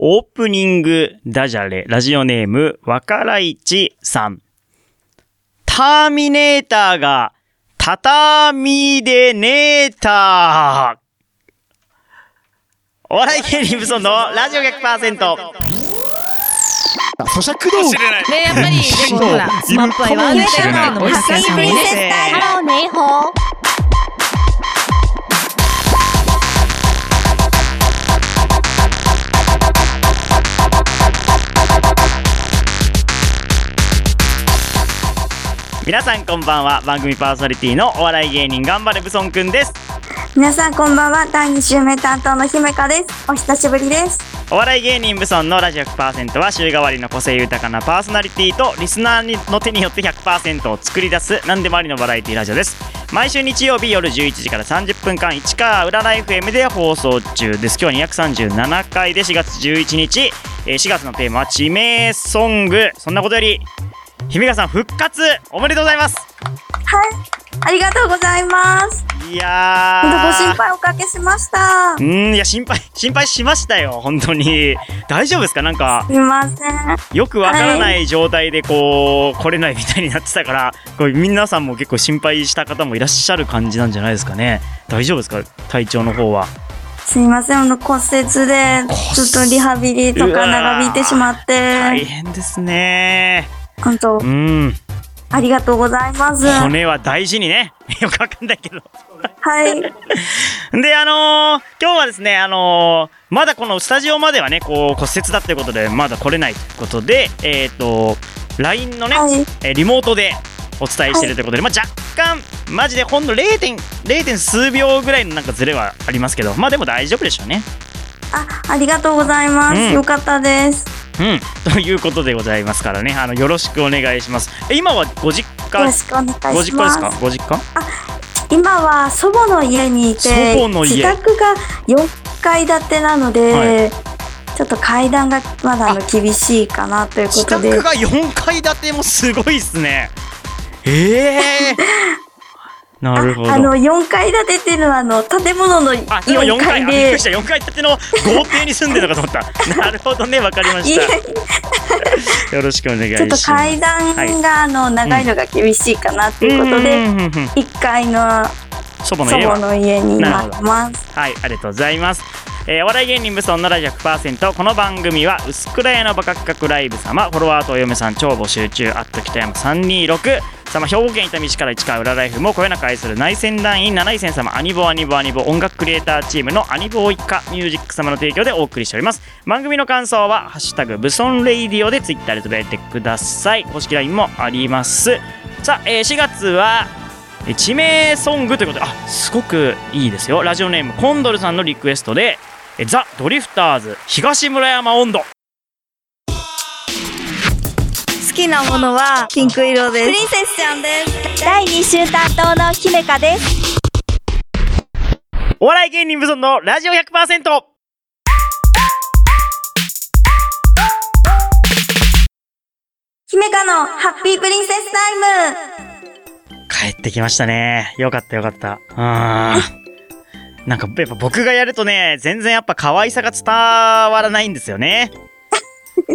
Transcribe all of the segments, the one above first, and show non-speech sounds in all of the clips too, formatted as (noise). オープニングダジャレ、ラジオネーム、わからいちさん。ターミネーターが、たたみでネーター。お笑い芸人無尊のラジオ100%。 (laughs) あ咀嚼道具知れない。ね、やっぱり、でもほら、スマップは言わないいるかけど、もお久しぶりです。ハローネイホー。皆さんこんばんは。番組パーソナリティのお笑い芸人、頑張れブソンくんです。皆さんこんばんは。第2週目担当の姫香です。お久しぶりです。お笑い芸人ブソンのラジオ100%は週替わりの個性豊かなパーソナリティとリスナーの手によって100%を作り出す何でもありのバラエティラジオです毎週日曜日夜11時から30分間市川うらら FM で放送中です今日は237回で4月11日えー4月のテーマは地名ソングそんなことより姫香さん復活おめでとうございますはい。ありがとうございます。いや本当ごー心配おかけしましたう。ーんいや心配心配しましたよ本当に大丈夫ですかなんかすいません。よくわからない状態でこう来れないみたいになってたからこれ皆さんも結構心配した方もいらっしゃる感じなんじゃないですかね大丈夫ですか体調の方はすいません。あの骨折でずっとリハビリとか長引いてしまっ大て、変ですね本当うんありがとうございます。は骨は大事にね (laughs) よくわかんないけどい。であのー今日はですねあのーまだこのスタジオまではねこう骨折だっていうことでまだ来れないということでえっ、と LINE のね、はい。えーリモートでお伝えしてるということで、まあ、若干マジでほんの 0. 点0点数秒ぐらいのなんかズレはありますけどまあでも大丈夫でしょうね。あ、ありがとうございまうんす。よかったです。うん、ということでございますからねあのよろしくお願いします。え今はご実よろ家しくお願ごいし実家でますす。かご実家今は祖母の家にいて祖母の家自宅が4階建てなので、はちょっと階段がまだあの厳しいかなというこ自と宅でが4階建てもすごいっすね。 (laughs) ええー、なるほど。あの4階建てっていうのはあの建物のあ、今4 4階、階あびっくでりした、4階建ての豪邸に住んでるのかと思った。なるほどね、わかりまいしやた。よろしくお願いちょっしまとす。階段があの長いのが厳しいかなということで、うんうんうんうん1階の祖母祖の家は母の家になるなほります。はい、ありがとうございます。えー、お笑い芸人無尊のラジオ100%この番組は薄暗屋のバカ企画ライブ様フォロワーとお嫁さん超募集中アット北山326様兵庫県伊丹市から市川裏ライフもこよなく愛する内戦団員7位戦様アニボアニボアニボ音楽クリエイターチームのアニボー一家ミュージック様の提供でお送りしております番組の感想は「ハッシュタグブソンレイディオ」でツイッターでつぶやいてください公式 LINE もありますさあ、えー、4月はえ地名ソングということであすごくいいですよラジオネームコンドルさんのリクエストでえザ・ドリフターズ東村山温度好きなものは、ピンク色です。ンセスちゃんです。第2週担当の姫香です。お笑い芸人無尊のラジオ100%姫香のハッピープリンセスタイム。帰ってきましたねよかったよかったあーなんかやっぱ僕がやるとね全然やっぱ可愛さが伝わらないんですよ (laughs) ねう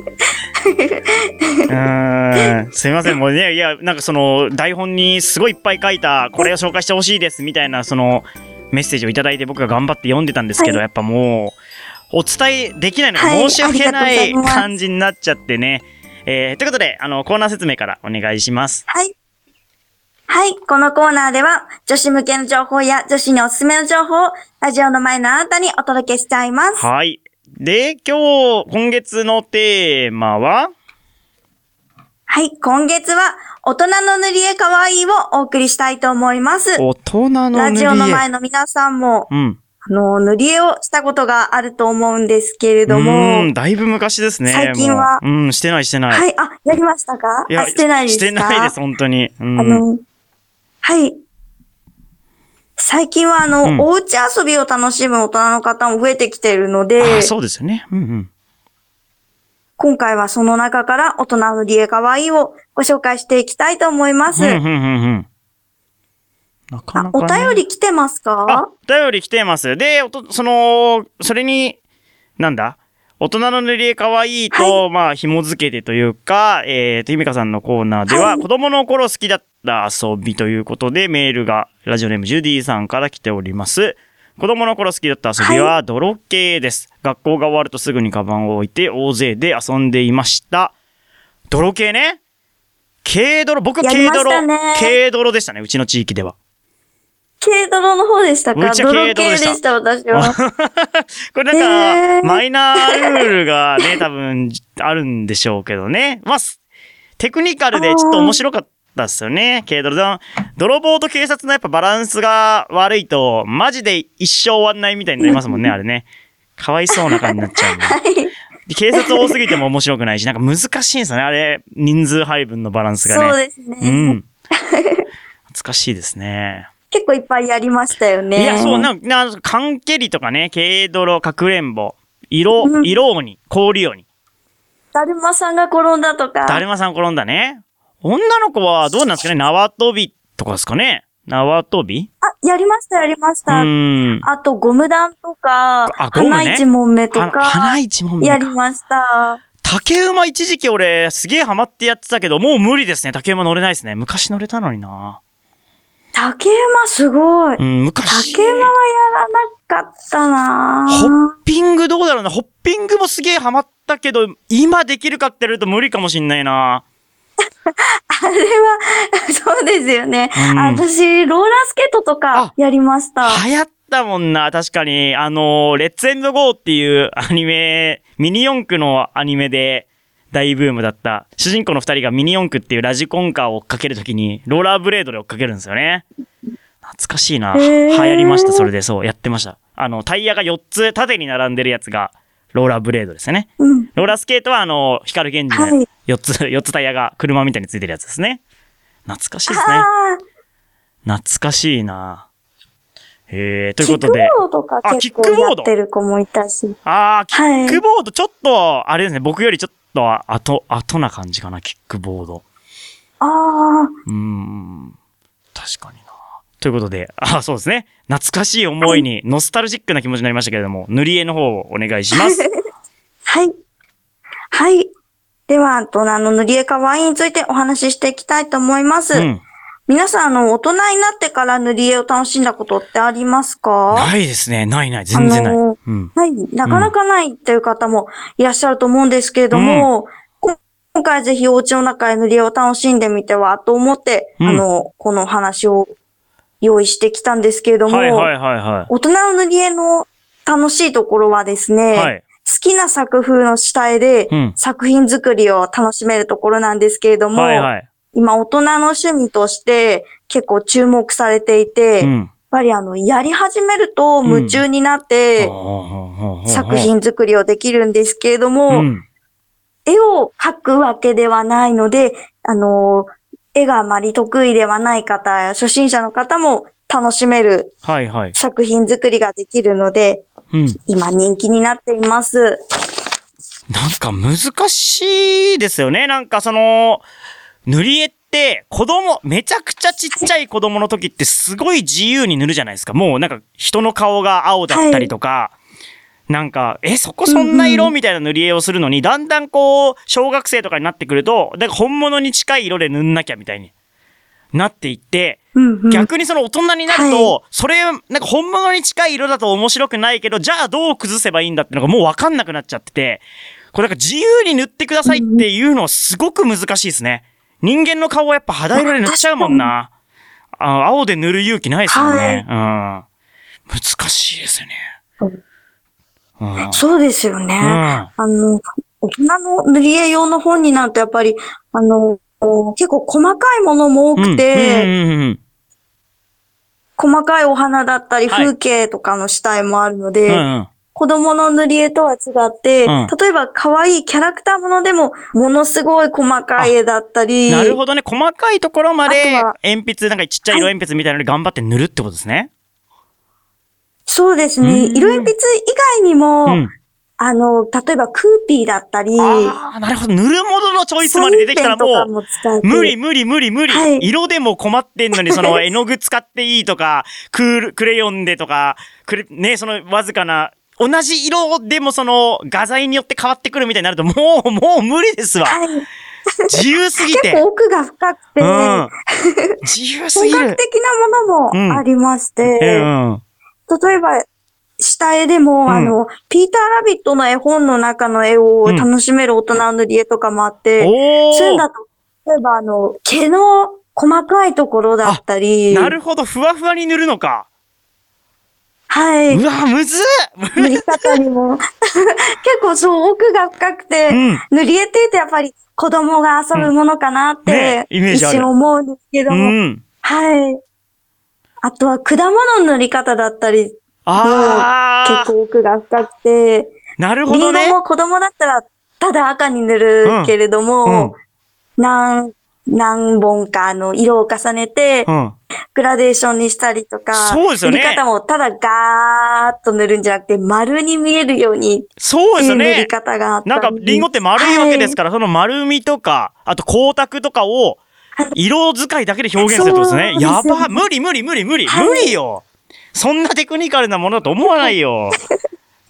ーんすいませんもうねいやなんかその台本にすごいいっぱい書いたこれを紹介してほしいですみたいなそのメッセージをいただいて僕が頑張って読んでたんですけど、はいやっぱもうお伝えできないのがは申いし訳なあいりがとうございます感じになっちゃってね、えーということであのコーナー説明からお願いしますはい。はい。このコーナーでは、女子向けの情報や女子におすすめの情報を、ラジオの前のあなたにお届けしちゃいます。はい。で、今日、今月のテーマは、はい。今月は、大人の塗り絵かわいいをお送りしたいと思います。大人の塗り絵ラジオの前の皆さんも、うん。あの、塗り絵をしたことがあると思うんですけれどうもん、、だいぶ昔ですね。最近はもううん、してないしてない。はい。あ、やりましたかあ、してないですかしてないです、本当に。うん。あの、はい。最近はあの、うんおうち遊びを楽しむ大人の方も増えてきているのあで、そうですよね。うん今回はその中から大人の理恵かわいいをご紹介していきたいと思いまうん。す。うんうんうんうん。なかあなかおね、便り来てますあか、お便り来てます。で、おとその、それに、なんだ大人の塗り絵可愛いと、まあ、紐付けてというか、えーと、ゆみかさんのコーナーでは、はい子供の頃好きだった遊びということで、メールが、ラジオネームジュディさんから来ております。子供の頃好きだった遊びは、泥系です。学校が終わるとすぐにカバンを置いて、大勢で遊んでいました。泥系ね軽泥、僕やり軽まし泥たね、軽泥でしたね、うちの地域では。軽泥の方でしためっかちゃ泥軽泥系ででしたした、私は。これなんえか、ーマイナールールが (laughs) ね、多分、あるんでしょうけどね。まあ、すテクニカルでちょっと面白かったっすよね。けど、ど泥棒と警察のやっぱバランスが悪いと、マジで一生終わんないみたいになります (laughs) もんね、あれね。かわいそうな感じになっちゃうんで。で警察多すぎても面白くないし、なんか難しいんですよね、あれ。人数配分のバランスがね。そうですうね。 (laughs) ん。懐かしいですね。結構いっぱいやりましたよね。いや、そう、なんか、なんか、缶蹴りとかね、軽泥、かくれんぼ、色、うん色鬼、氷鬼。だるまさんが転んだとか。だるまさん転んだね。女の子はどうなんですかね縄跳びとかですかね縄跳びあ、やりました、やりましうた。ーん。あと、ゴム弾とか、あゴムね花一門目とは花か、一問目やかりました。竹馬一時期俺、すげえハマってやってたけど、もう無理ですね。竹馬乗れないですね。昔乗れたのにな。竹馬すごい。うん、昔。竹馬はやらなかったなホッピングどうだろうな。ホッピングもすげえハマったけど、今できるかって言われると無理かもしんないな。あれは、そうですよね。うんあ私、ローラースケートとあかやりました。流行ったもんな、確かに。あのー、レッツエンドゴーっていうアニメ、ミニ四駆のアニメで大ブームだった。主人公の二人がミニ四駆っていうラジコンカーを追っかけるときに、ローラーブレードで追っかけるんですよね。懐かしいな。へー流行りました、それで。そう、やってました。あの、タイヤが4つ縦に並んでるやつが、ローラーブレードですよね。うん。ローラースケートは、あの、光源氏はのい4つ、4つタ (laughs) イヤが車みたいについてるやつですね。懐かしいですね。あ懐かしいな。へえ、とあ、いうキことックボでー。ドとかあ結構キックボやードってる子もいたし。ああ、キはいックボード、ちょっと、あれですね、僕よりちょっと後、後な感じかな、キックボード。ああ、うーん、確かにな。ということで、あそうですね。懐かしい思いに、ノスタルジックな気持ちになりましたけれども、塗り絵の方をお願いします。 (laughs) はい。はい。では、あと、あの、塗り絵かわいいについてお話ししていきたいと思います。うん。皆さん、あの、大人になってから塗り絵を楽しんだことってありますかないですね。ないない。全然ない。あのーうん。ない、なかなかないという方もいらっしゃると思うんですけれども、こ今回ぜひお家の中で塗り絵を楽しんでみてはと思って、うんあの、このお話を用意してきたんですけれども、はいはいはいは大人の塗り絵の楽しいところはですね、い。はい。好きな作風の下絵でうん作品作りを楽しめるところなんですけれども、はいはい。今大人の趣味として結構注目されていて、うやっん。ぱりあの、やり始めると夢中になって、作作品作りをできるんですけれども、うん。絵を描くわけではないので、あのー絵があまり得意ではない方や初心者の方も楽しめるはいはい。作品作りができるので、うん。今人気になっています。なんか難しいですよね。なんかその、塗り絵って子供、めちゃくちゃちっちゃい子供の時ってすごい自由に塗るじゃないですか。もうなんか人の顔が青だったりとか、なんか、え、そこそんな色みたいな塗り絵をするのに、だんだんこう、小学生とかになってくると、なんか本物に近い色で塗んなきゃみたいになっていって、うんうん逆にその大人になると、それ、なんか本物に近い色だと面白くないけど、じゃあどう崩せばいいんだってのがもうわかんなくなっちゃってて、これなんか自由に塗ってくださいっていうのはすごく難しいですね。人間の顔はやっぱ肌色で塗っちゃうもんな。あ青で塗る勇気ないですよね。うん。難しいですよね。うん。そうですよね。うんあの、大人の塗り絵用の本になるとやっぱり、あの、結構細かいものも多くて、うんうんうんうん細かいお花だったり、はい風景とかの主体もあるので、うんうん子供の塗り絵とは違って、うん例えば可愛いキャラクターものでも、ものすごい細かい絵だったり、なるほどね。細かいところまであとは、鉛筆、なんかちっちゃい色鉛筆みたいなので頑張って塗るってことですね。そうですね、うん色鉛筆以外にも、うん。あの、例えばクーピーだったり、ああ、なるほど。塗るもののチョイスまで出てきたらサインペンとかもう、も使えて無理無理無理無理、はい色でも困ってんのに、そ (laughs) の絵の具使っていいとか、クール、クレヨンでとか、クレ、ね、そのわずかな同じ色でもその画材によって変わってくるみたいになるともう、もう無理ですわ。はい。自由すぎ結て構。奥が深くて、うん本自由すぎ格る。的なものもありまして、うん。例えば、下絵でも、んあの、ピーター・ラビットの絵本の中の絵をうん楽しめる大人の塗り絵とかもあって、おそういうのだーと、例えばあの、毛の細かいところだったり、なるほど、ふわふわに塗るのか。はい、うわ、むずっ塗り方にも、 (laughs) 結構そう、奥が深くて、うん塗り絵って言うとやっぱり子供が遊ぶものかなっうんねて、イメー一ジある瞬思うんですけどうも、ん。はい。あとは果物の塗り方だったり、あ結ー、構奥が深くて、なるほリンどゴね。も子供だったら、ただ赤に塗るけれども、うんうん何、何本かあの色を重ねてう、ん。グラデーションにしたりとか、そうですよね塗り方もただガーッと塗るんじゃなくて、丸に見えるようにそうでっていすう塗りね。方があったなんか、リンゴって丸いわけですかから、その丸みとか、あと光沢とかを、色使いだけで表現するってことですね。そうやですよば、無理無理無理無理、はい無理よそんなテクニカルなものだと思わないよ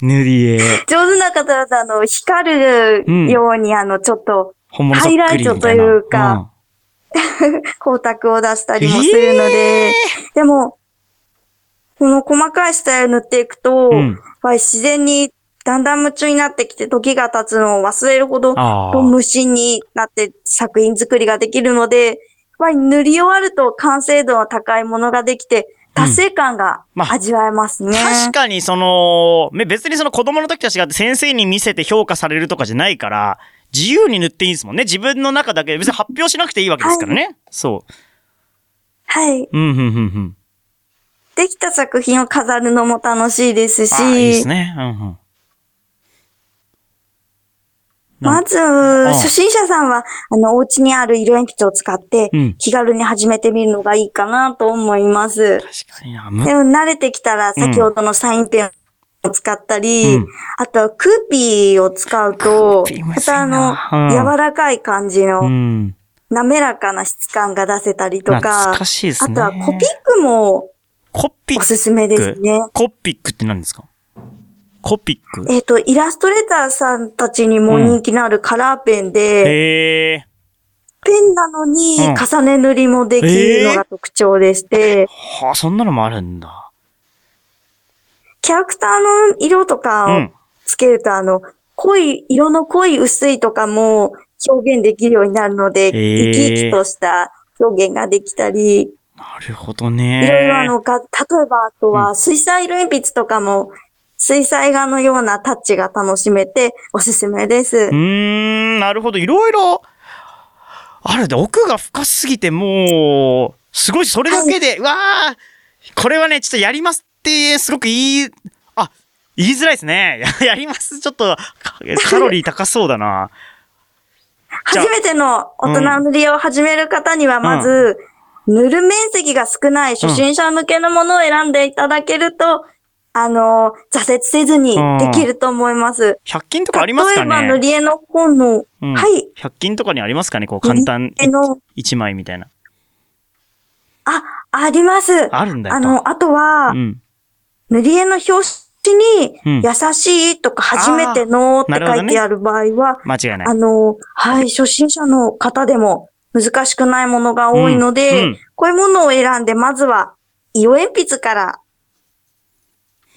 塗り絵、上手な方だと、あの、光るように、あの、ちょっと本物そっくりみたいな。ハイライトというか光沢を出したりもするので、でも、この細かい下絵を塗っていくと、うんやっぱり自然にだんだん夢中になってきて、時が経つのを忘れるほど、あー無心になって作品作りができるので、やっぱり塗り終わると完成度の高いものができて、達成感がまあ味わえますうね。ん確かにその、め別にその子供の時と違って先生に見せて評価されるとかじゃないから、自由に塗っていいんですもんね。自分の中だけで別に発表しなくていいわけですからね。そはい。う。うん、うん、うん、うん。できた作品を飾るのも楽しいですし、あーいいですね。うん、うん。まず、ん初心者さんは、あの、お家にある色鉛筆を使ってうん、気軽に始めてみるのがいいかなと思います。確かにな。むでも、慣れてきたら、うん先ほどのサインペンを使ったり、うんあとはクーピーを使うとクーピー、むまずいたあのな、うん柔らかい感じうの、ん。滑らかな質感が出せたりと懐か、かしいですあね。とはコピックもコピッおクすすめですね。コピックって何ですかコピックえっと、イラストレーターさんたちにも人気のあるカラーペンで、へえ。ペンなのにうん重ね塗りもできるのが特徴でして、はあ、そんなのもあるんだ。キャラクターの色とうかんをつけると、あの、濃い、色の濃い薄いとかも表現できるようになるので、へー生き生きとした表現ができたり、なるほどいね。ろいろあの、が例えばあとうは水彩色鉛筆とかも、水彩画のようなタッチが楽しめておすすめですう。ーん、なるほど。いろいろ、あるで、奥が深すぎて、もう、すごい、それだけで、うわあこれはね、ちょっとやりますって、すごく言い、あ、言いづらいですね。 (laughs) ややります。ちょっと、かカロリー高そうだな。じゃあ初めての大人の利用を始める方には、まず、塗る面積が少ない初心者向けのものを選んでいただけると、あの、挫折せずにできると思います。 100均とかあ例りますかえば、塗ね、り絵の本の、うん、はい。 100均とかにありますかねこう、簡単塗り絵の、 1枚みたいな。あ、あります。あるんだよ。あの、あとは、うん。塗り絵の表紙に、うん優しいとか、初めてのってあーなるほ書どいねてある場合は、間違いないあ。の、はい、初心者の方でも難しくないものが多いので、うんうんこういうものを選んで、まずは、色鉛筆から、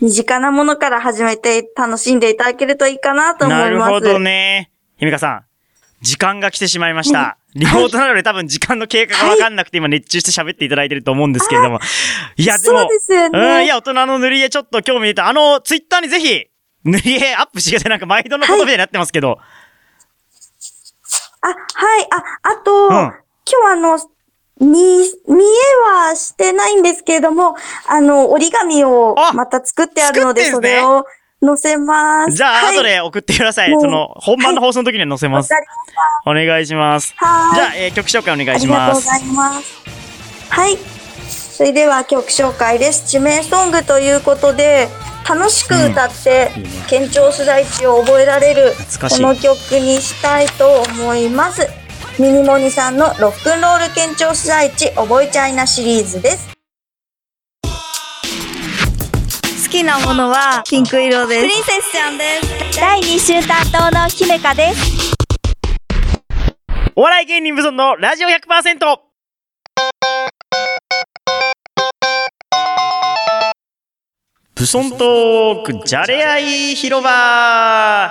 身近なものから始めて楽しんでいただけるといいかなと思います。なるほどね。ひみかさん、時間が来てしまいました。リモートなので多分時間の経過がわかんなくて今熱中して喋っていただいてると思うんですけれども。いや、でも、そうですよねうん、いや、大人の塗り絵ちょっと興味出た。あの、ツイッターにぜひ、塗り絵アップしてください。なんか毎度のことみたいになってますけど。あ、はい、あ、あと、うん今日あの、見、見えはしてないんですけれども、あの、折り紙をあまた作ってあるので、作そってんすねれを載せます。じゃあ、はい後で送ってください。もうその、本番の放送の時には載せわますか。りましたお願いします。はーいじゃあ、えー曲紹介お願いしありがまとうごす。ざいます。はい。それでは曲紹介です。地名ソングということで、楽しく歌って、うんいいね県庁所在地を覚えられる、懐かしこいの曲にしたいと思います。ミニモニさんのロックンロール県庁所在地覚えちゃいなシリーズです。好ききなものはピンク色です。プリンセスちゃんです。第2週担当の姫香です。お笑い芸人無尊のラジオ100%ブソントークじゃれ合い広場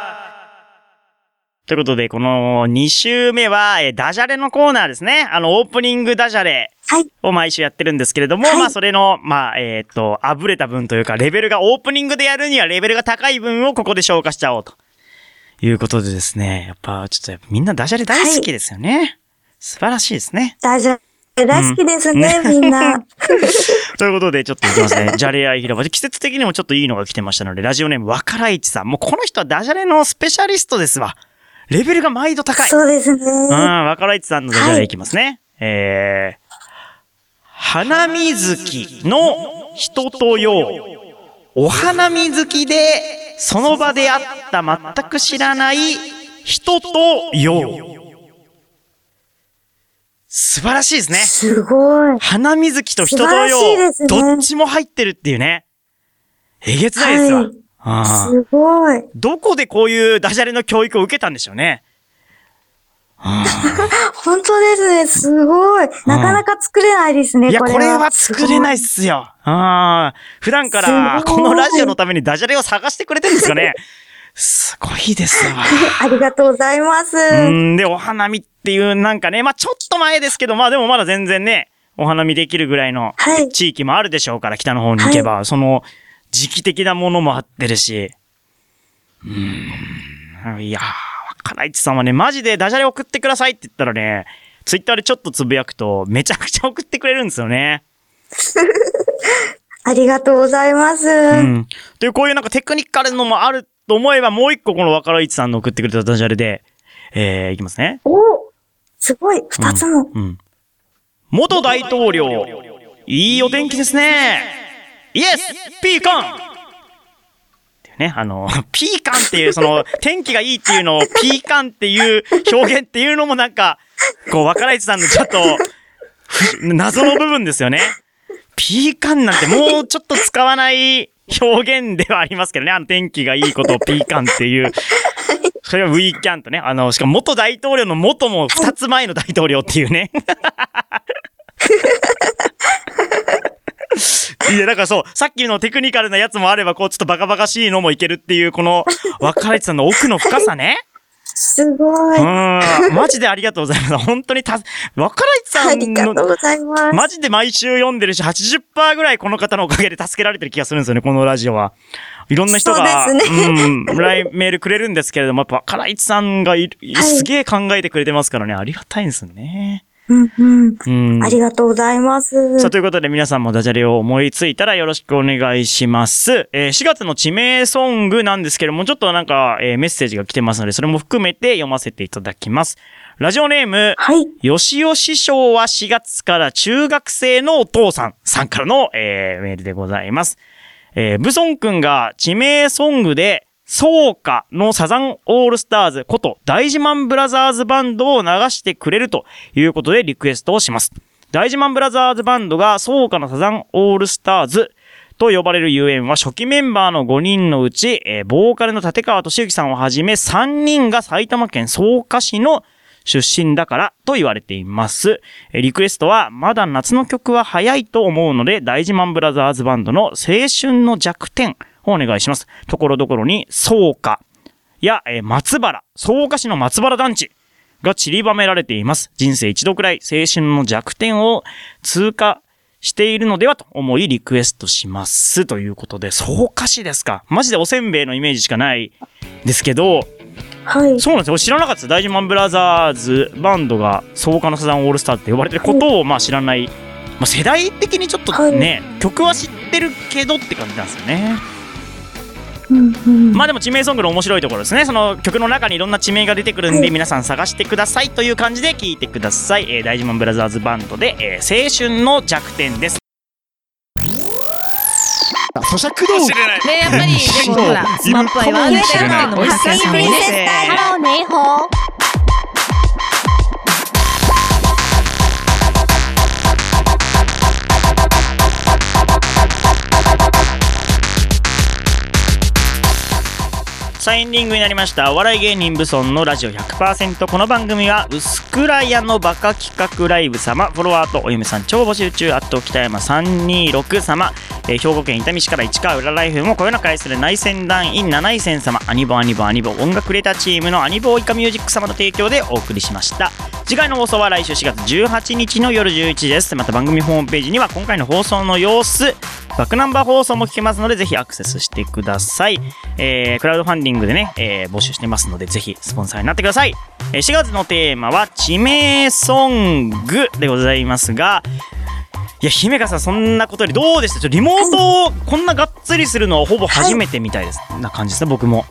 ということで、この2週目は、えーダジャレのコーナーですね。あの、オープニングダジャレはい。を毎週やってるんですけれども、はいまあ、それの、まあ、えーっと、あぶれた分というか、レベルが、オープニングでやるにはレベルが高い分をここで消化しちゃおうと。いうことでですね、やっぱ、ちょっとやっぱみんなダジャレ大好きですよね。素晴らしいですね。大丈夫。大好きですね、み (laughs) んな。ということで、ちょっといきますね。 (laughs) じゃれ合い広場。季節的にもちょっといいのが来てましたので、ラジオネーム、わからいちさん。もうこの人はダジャレのスペシャリストですわ。レベルが毎度高い。そうですね。うん、わからいちさんのダジャはレいいきますね。えー、花水木の人とよう。お花水木で、その場で会った全く知らない人とよう。素晴らしいですね。すごい。花水木と人と素晴らよしいですねどっちも入ってるっていうね。えげつないですわ。はいああすごい。どこでこういうダジャレの教育を受けたんでしょうね。本当ですね。すごい。なかなか作れないですね、。いや、これは作れないいっすよ。ああ普段からすごいこのラジオのためにダジャレを探してくれてるんですかね。 (laughs) すごいですわ。ありがとうございます。うん、で、お花見っていうなんかね、まあちょっと前ですけど、まあでもまだ全然ね、お花見できるぐらいのはい地域もあるでしょうから、北の方に行けば、その時期的なものもあってるし。うーん、いやー、若いちさんはね、マジでダジャレ送ってくださいって言ったらね、ツイッターでちょっとつぶやくと、めちゃくちゃ送ってくれるんですよね。ありがとうございます。うん。という、こういうなんかテクニカルのもあると思えば、もう一個この若いちさんの送ってくれたダジャレで、えー、いきますね。おすごい。二つも。うん。元大統領、いいお天気ですね。イエスピーカンっていうね、あの、 (laughs) ピーカンっていう、その、天気がいいっていうのを、ピーカンっていう表現っていうのもなんか、こう、若い市さんのちょっと、ふ謎の部分ですよね。ピーカンなんてもうちょっと使わない表現ではありますけどね。あの天気がいいことをピーカンっていう。それはウィーキャンとね。あの、しかも元大統領の元も二つ前の大統領っていう (laughs) ね。いや、だからそう、さっきのテクニカルなやつもあれば、こう、ちょっとバカバカしいのもいけるっていう、この、若林さんの奥の深さね。すごい。うあん。マジでありがとうございます。本当にた、若林さりんがとうの、ございます。マジで毎週読んでるし、80%ぐらいこの方のおかげで助けられてる気がするんですよね、このラジオは。いろんな人が、そうですうん、ライメールくれるんですけれども、やっぱ、若林さんがいる、はいすげえ考えてくれてますからね、ありがたいんですよね。うんうん。うん。ありがとうございます。さあ、ということで皆さんもダジャレを思いついたらよろしくお願いします。えー4月の地名ソングなんですけども、ちょっとなんか、えーメッセージが来てますので、それも含めて読ませていただきます。ラジオネーム、はい。よしよ師匠は4月から中学生のお父さんさんからの、えーメールでございます。えーブソン君が地名ソングで、そうかのサザンオールスターズこと大自慢ブラザーズバンドを流してくれるということでリクエストをします。大自慢ブラザーズバンドがそうかのサザンオールスターズと呼ばれる遊園は初期メンバーの5人のうち、えーボーカルの立川俊之さんをはじめ3人が埼玉県草加市の出身だからと言われています。えーリクエストは、まだ夏の曲は早いと思うので、大自慢ブラザーズバンドの青春の弱点をお願いします。ところどころに、草加や、えー松原、草加市の松原団地が散りばめられています。人生一度くらい青春の弱点を通過しているのではと思いリクエストします。ということで、草加市ですか。マジでおせんべいのイメージしかないですけど、はい。そうなんですよ知らなかったです大事マンブラザーズバンドが草加のサザンオールスターって呼ばれてることをまあ知らない、まあ、世代的にちょっとね、曲は知ってるけどって感じなんですよねうんうん。まあでも地名ソングの面白いところですねその曲の中にいろんな地名が出てくるんはでい皆さん探してくださいという感じで聞いてください、えー、大事マンブラザーズバンドで、えー青春の弱点です咀嚼道ね、やっぱり、でもほら、スマップ愛はあるんだよっていうのも発見されてね。ハローネイホー。 「さあエンディングになりましたお笑い芸人ブソンのラジオ100%この番組は薄倉屋のバカ企画ライブ様フォロワーとお嫁さん超募集中あと北山326様、えー兵庫県伊丹市から市川浦ライフもこよなく愛する内戦団員七井戦様アニボアニボアニボ音楽クレーターチームのアニボイカミュージック様の提供でお送りしました次回の放送は来週4月18日の夜11時ですまた番組ホームページには今回の放送の様子バックナンバー放送も聞けますので、ぜひアクセスしてください。えー、クラウドファンディングでね、えー募集してますので、ぜひスポンサーになってください。えー4月のテーマは、地名ソングでございますが、いや、姫香さん、そんなことよりどうでしたちょリモートをこんながっつりするのはほぼ初めてみたいです。な感じですね、僕も。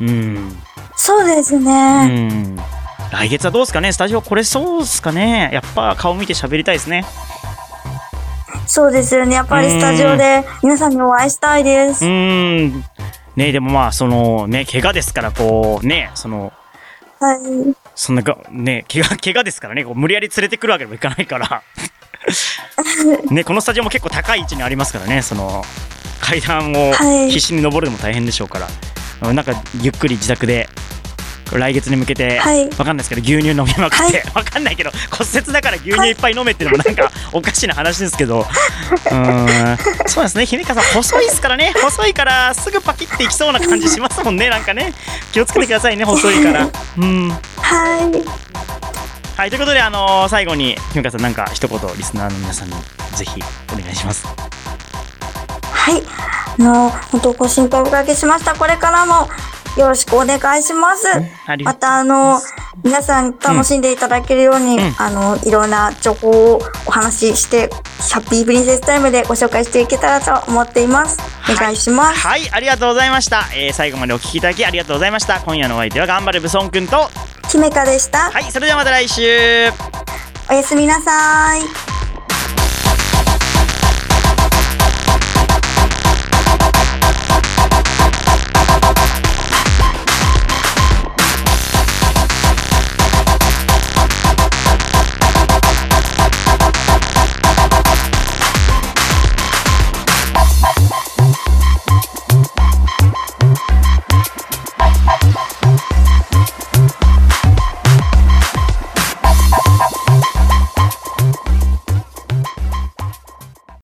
うん。そうですうね。ん。来月はどうですかねスタジオこれそうですかねやっぱ顔見て喋りたいですね。そうですよね。やっぱりスタジオで皆さんにお会いしたいでうす。ーん。ねでもまあ、その、ね、怪我ですから、こう、ね、その、はい。そんなが、ね、怪我、怪我ですからね、こう無理やり連れてくるわけにもいかないから。ね、このスタジオも結構高い位置にありますからね、その、階段をはい必死に登るのも大変でしょうから、うんなんか、ゆっくり自宅で、来月に向けて、はいわかんないですけど、牛乳飲みまくって、はわかんないけど、骨折だから牛乳いっぱい飲めっていうのもなん (laughs) か、おかしな話ですけど、うーん、そうですね、姫香さん、細いですからね、細いから、すぐパキっていきそうな感じしますもんね、なんかね、気をつけてくださいね、細いから。うんはい。はい、ということで、あのー最後に、ひむかさん、なんか一言、リスナーの皆さんに、ぜひ、お願いします。はい。あの、本当ご心配おかけしました。これからもよろしくお願いします。ありまたあの、皆さん楽しんでいただけるように、うんあの、いろんな情報をお話しして、ハッピープリンセスタイムでご紹介していけたらと思っています。お願いします。はい、ありがとうございました。えー最後までお聞きいただき、ありがとうございました。今夜のお相手は、頑張れ、ブソンくんと、姫香でした。はい、それではまた来週。おやすみなさい。